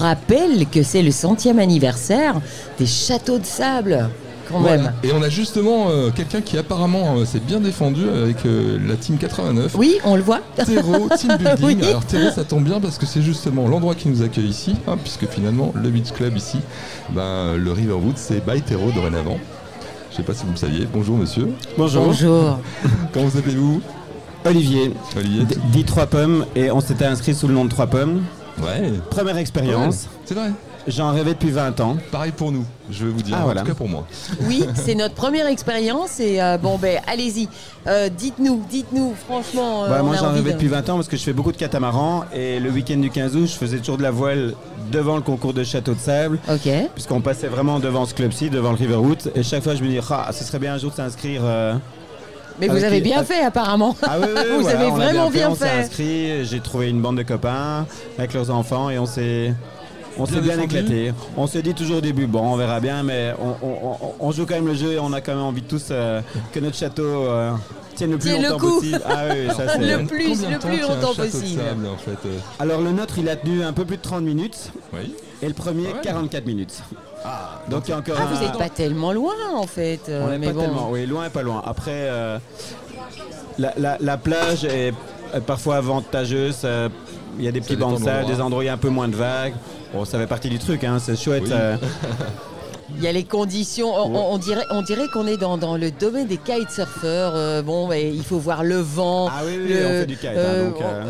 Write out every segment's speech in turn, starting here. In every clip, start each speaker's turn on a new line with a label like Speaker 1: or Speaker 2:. Speaker 1: rappelle que c'est le centième anniversaire des châteaux de sable, quand
Speaker 2: Voilà.
Speaker 1: même.
Speaker 2: Et on a justement euh, quelqu'un qui apparemment euh, s'est bien défendu avec euh, la team 89.
Speaker 1: Oui, on le voit.
Speaker 2: Terreau, team building.
Speaker 1: Oui.
Speaker 2: Alors Terreau, ça tombe bien parce que c'est justement l'endroit qui nous accueille ici, hein, puisque finalement le beach club ici, ben, le Riverwood, c'est by Terreau dorénavant. Je sais pas si vous le saviez. Bonjour monsieur.
Speaker 3: Bonjour.
Speaker 1: Bonjour.
Speaker 2: Comment vous appelez-vous
Speaker 3: Olivier,
Speaker 2: Olivier.
Speaker 3: d- dit Trois Pommes et on s'était inscrit sous le nom de Trois Pommes.
Speaker 2: Ouais.
Speaker 3: Première expérience,
Speaker 2: C'est vrai.
Speaker 3: j'en rêvais depuis 20 ans.
Speaker 1: Euh,
Speaker 2: Pareil pour nous. Je vais vous dire.
Speaker 3: Ah,
Speaker 2: en
Speaker 3: voilà.
Speaker 2: tout cas pour moi.
Speaker 1: Oui, c'est notre première expérience et euh, bon ben allez-y, Euh, dites-nous, dites-nous franchement. euh,
Speaker 3: Bah,
Speaker 1: on
Speaker 3: moi
Speaker 1: a
Speaker 3: j'en
Speaker 1: envie
Speaker 3: rêvais
Speaker 1: de-
Speaker 3: depuis 20 ans parce que je fais beaucoup de catamarans et le week-end du 15 août je faisais toujours de la voile devant le concours de Château de Sable
Speaker 1: Ok.
Speaker 3: puisqu'on passait vraiment devant ce club-ci, devant le Riverwood et chaque fois je me dis ah, ce serait bien un jour de s'inscrire. euh.
Speaker 1: Mais vous
Speaker 3: Avec
Speaker 1: avez
Speaker 3: les-
Speaker 1: bien
Speaker 3: ah-
Speaker 1: fait apparemment.
Speaker 3: Ah oui, oui,
Speaker 1: Vous
Speaker 3: voilà,
Speaker 1: avez
Speaker 3: on a
Speaker 1: vraiment bien
Speaker 3: on s'est
Speaker 1: fait.
Speaker 3: inscrit, j'ai trouvé une bande de copains avec leurs enfants et on s'est... On
Speaker 2: Bien
Speaker 3: s'est bien
Speaker 2: défendu.
Speaker 3: éclaté. On s'est dit toujours au début, bon, on verra bien, mais on, on- on- on joue quand même le jeu et on a quand même envie tous euh, que notre château euh, tienne le plus
Speaker 1: Tienne le
Speaker 3: longtemps
Speaker 1: coup.
Speaker 3: possible. Ah oui, ça c'est.
Speaker 1: Le plus-
Speaker 2: Combien de
Speaker 1: le
Speaker 2: temps
Speaker 1: plus
Speaker 2: tient un
Speaker 1: longtemps
Speaker 2: château de
Speaker 1: possible.
Speaker 2: sable, en fait. euh,
Speaker 3: Alors le nôtre, il a tenu un peu plus de 30 minutes
Speaker 2: Oui.
Speaker 3: et le premier
Speaker 2: Ouais.
Speaker 3: 44 minutes. donc il y a encore
Speaker 1: Ah,
Speaker 3: un...
Speaker 1: vous n'êtes pas tellement loin en fait. euh,
Speaker 3: On est
Speaker 1: mais
Speaker 3: pas
Speaker 1: bon.
Speaker 3: tellement, oui, loin et pas loin. Après, euh, la, la- la plage est euh, parfois avantageuse. euh, Il y a des petits
Speaker 2: dépend
Speaker 3: bancs
Speaker 2: de
Speaker 3: de sable,
Speaker 2: l'endroit.
Speaker 3: des endroits où il y a un peu moins de vagues. Bon, ça fait partie du truc, hein, c'est chouette.
Speaker 2: Oui.
Speaker 3: euh,
Speaker 1: Il y a les conditions. On, on- on dirait, on dirait qu'on est dans, dans le domaine des kitesurfers. euh, bon, mais il faut voir le vent.
Speaker 3: Ah oui, oui,
Speaker 1: le-
Speaker 3: on fait du kite, hein,
Speaker 1: euh,
Speaker 3: donc, euh,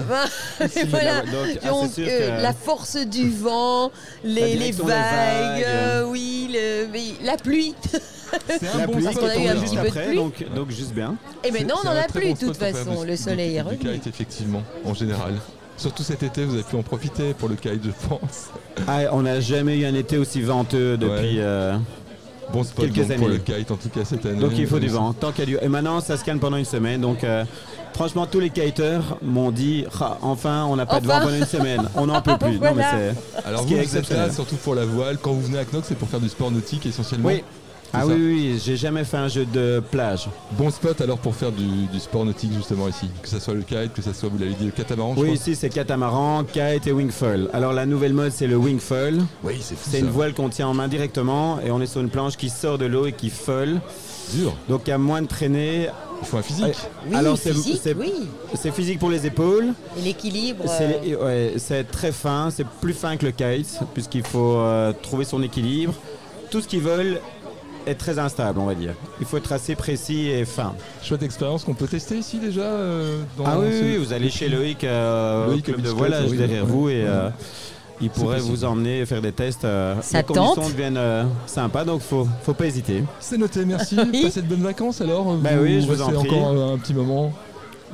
Speaker 1: on-
Speaker 3: si,
Speaker 1: voilà.
Speaker 3: la- donc, ah, c'est
Speaker 1: Donc,
Speaker 3: sûr
Speaker 1: euh,
Speaker 3: que-
Speaker 1: la force du vent, les, les
Speaker 3: direction des
Speaker 1: vagues,
Speaker 3: vagues.
Speaker 1: euh, oui, le- mais la pluie.
Speaker 2: C'est un
Speaker 3: la
Speaker 2: bon
Speaker 3: pluie
Speaker 1: parce
Speaker 3: qui
Speaker 1: qu'on a eu
Speaker 2: spot
Speaker 1: un
Speaker 3: tombe
Speaker 1: petit
Speaker 2: horaire.
Speaker 3: juste
Speaker 1: peu de
Speaker 3: après,
Speaker 1: pluie.
Speaker 3: donc, donc juste bien.
Speaker 1: Et maintenant, Eh, on
Speaker 2: C'est-
Speaker 1: en
Speaker 2: c'est un
Speaker 1: a
Speaker 2: très
Speaker 1: plus,
Speaker 2: bon
Speaker 1: de toute
Speaker 2: spot pour faire
Speaker 1: façon.
Speaker 2: du-
Speaker 1: Le
Speaker 2: du-
Speaker 1: soleil est
Speaker 2: du
Speaker 1: revenu.
Speaker 2: kite, effectivement, en général. Surtout cet été, vous avez pu en profiter pour le kite, je pense.
Speaker 3: Ah, on n'a jamais eu un été aussi venteux depuis.
Speaker 2: Ouais.
Speaker 3: euh,
Speaker 2: Bon spot
Speaker 3: Quelques
Speaker 2: donc, pour
Speaker 3: années.
Speaker 2: le kite, en tout cas cette année.
Speaker 3: donc il faut du vent, tant qu'il y a du. Et maintenant, ça se calme pendant une semaine. Donc euh, franchement, tous les kiteurs m'ont dit Ah, enfin, on n'a pas de vent
Speaker 1: Enfin.
Speaker 3: pendant une semaine. On n'en peut plus. Non, mais
Speaker 1: Voilà.
Speaker 3: c'est.
Speaker 2: Alors
Speaker 3: Ce
Speaker 2: vous,
Speaker 3: qui est
Speaker 2: vous êtes là
Speaker 3: exceptionnel.
Speaker 2: surtout pour la voile. Quand vous venez à Knox, c'est pour faire du sport nautique essentiellement.
Speaker 3: Oui. Ah
Speaker 2: ça.
Speaker 3: oui, oui, oui, j'ai jamais fait un jeu de plage.
Speaker 2: Bon spot alors pour faire du, du sport nautique justement ici. Que ça soit le kite, que ça soit, vous l'avez dit, le catamaran. je
Speaker 3: Oui,
Speaker 2: pense.
Speaker 3: ici c'est catamaran, kite et wingfoil. Alors la nouvelle mode c'est le wingfoil.
Speaker 2: oui c'est fou.
Speaker 3: C'est une
Speaker 2: ça.
Speaker 3: voile qu'on tient en main directement et on est sur une planche qui sort de l'eau et qui folle.
Speaker 2: Dur.
Speaker 3: Donc à moins de traîner.
Speaker 2: Il faut un physique.
Speaker 1: Oui,
Speaker 3: Alors c'est
Speaker 1: physique,
Speaker 3: c'est-
Speaker 1: oui.
Speaker 3: c'est physique pour les épaules.
Speaker 1: Et l'équilibre. euh,
Speaker 3: C'est ouais, c'est très fin, c'est plus fin que le kite puisqu'il faut euh, trouver son équilibre. Tout ce qui vole est très instable, on va dire. Il faut être assez précis et fin.
Speaker 2: Chouette expérience qu'on peut tester ici déjà. euh, dans
Speaker 3: Ah oui,
Speaker 2: ce-
Speaker 3: oui, oui, vous allez chez Loïc, euh,
Speaker 2: Loïc
Speaker 3: au club
Speaker 2: au
Speaker 3: de
Speaker 2: Beach
Speaker 3: voilage
Speaker 2: Club, oui,
Speaker 3: derrière
Speaker 2: ouais.
Speaker 3: vous et euh,
Speaker 2: Ouais.
Speaker 3: il pourrait
Speaker 2: possible.
Speaker 3: vous emmener faire des tests. euh,
Speaker 1: Ça
Speaker 3: les conditions
Speaker 1: tente
Speaker 3: deviennent euh, sympas, donc faut, faut pas hésiter.
Speaker 2: C'est noté, merci. Passez de bonnes vacances alors.
Speaker 3: Bah oui, je vous en
Speaker 2: restez
Speaker 3: prie.
Speaker 2: encore euh, un petit moment.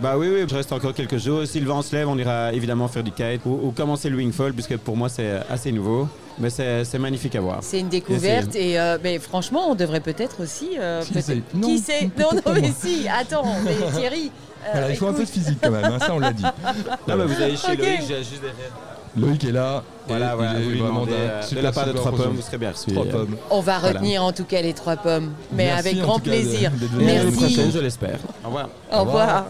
Speaker 3: Bah oui, oui, je reste encore quelques jours. Si le vent se lève, on ira évidemment faire du kite ou, ou commencer le wingfoil, puisque pour moi c'est assez nouveau. Mais c'est c'est magnifique à voir.
Speaker 1: C'est une découverte et euh, mais franchement, on devrait peut-être aussi. euh,
Speaker 2: Qui
Speaker 1: peut-être-
Speaker 2: sait Non,
Speaker 1: Qui sait Non,
Speaker 2: peut-être
Speaker 1: non,
Speaker 2: pas
Speaker 1: mais
Speaker 2: moi.
Speaker 1: si. Attends, mais Thierry. euh,
Speaker 2: Voilà, il faut un peu de
Speaker 1: écoute,
Speaker 2: physique quand même, hein, ça on l'a dit.
Speaker 3: Ah bah vous allez chez
Speaker 1: Ok.
Speaker 3: Loïc, j'ai juste derrière.
Speaker 2: Loïc est là.
Speaker 3: Voilà,
Speaker 2: et
Speaker 3: voilà,
Speaker 2: il est
Speaker 3: vous lui
Speaker 2: vraiment
Speaker 3: demandez
Speaker 2: d'un
Speaker 3: euh, de
Speaker 2: super
Speaker 3: la part de
Speaker 2: super
Speaker 3: trois
Speaker 2: prochain.
Speaker 3: pommes, vous serez bien reçu.
Speaker 2: Trois pommes.
Speaker 1: On va
Speaker 3: Voilà.
Speaker 1: retenir en tout cas les trois pommes, mais
Speaker 2: Merci,
Speaker 1: avec
Speaker 2: en
Speaker 1: grand
Speaker 2: tout cas,
Speaker 1: plaisir.
Speaker 2: d'être venu.
Speaker 3: Et à l'année
Speaker 1: Merci.
Speaker 3: prochaine, je l'espère. Au revoir.
Speaker 1: Au revoir.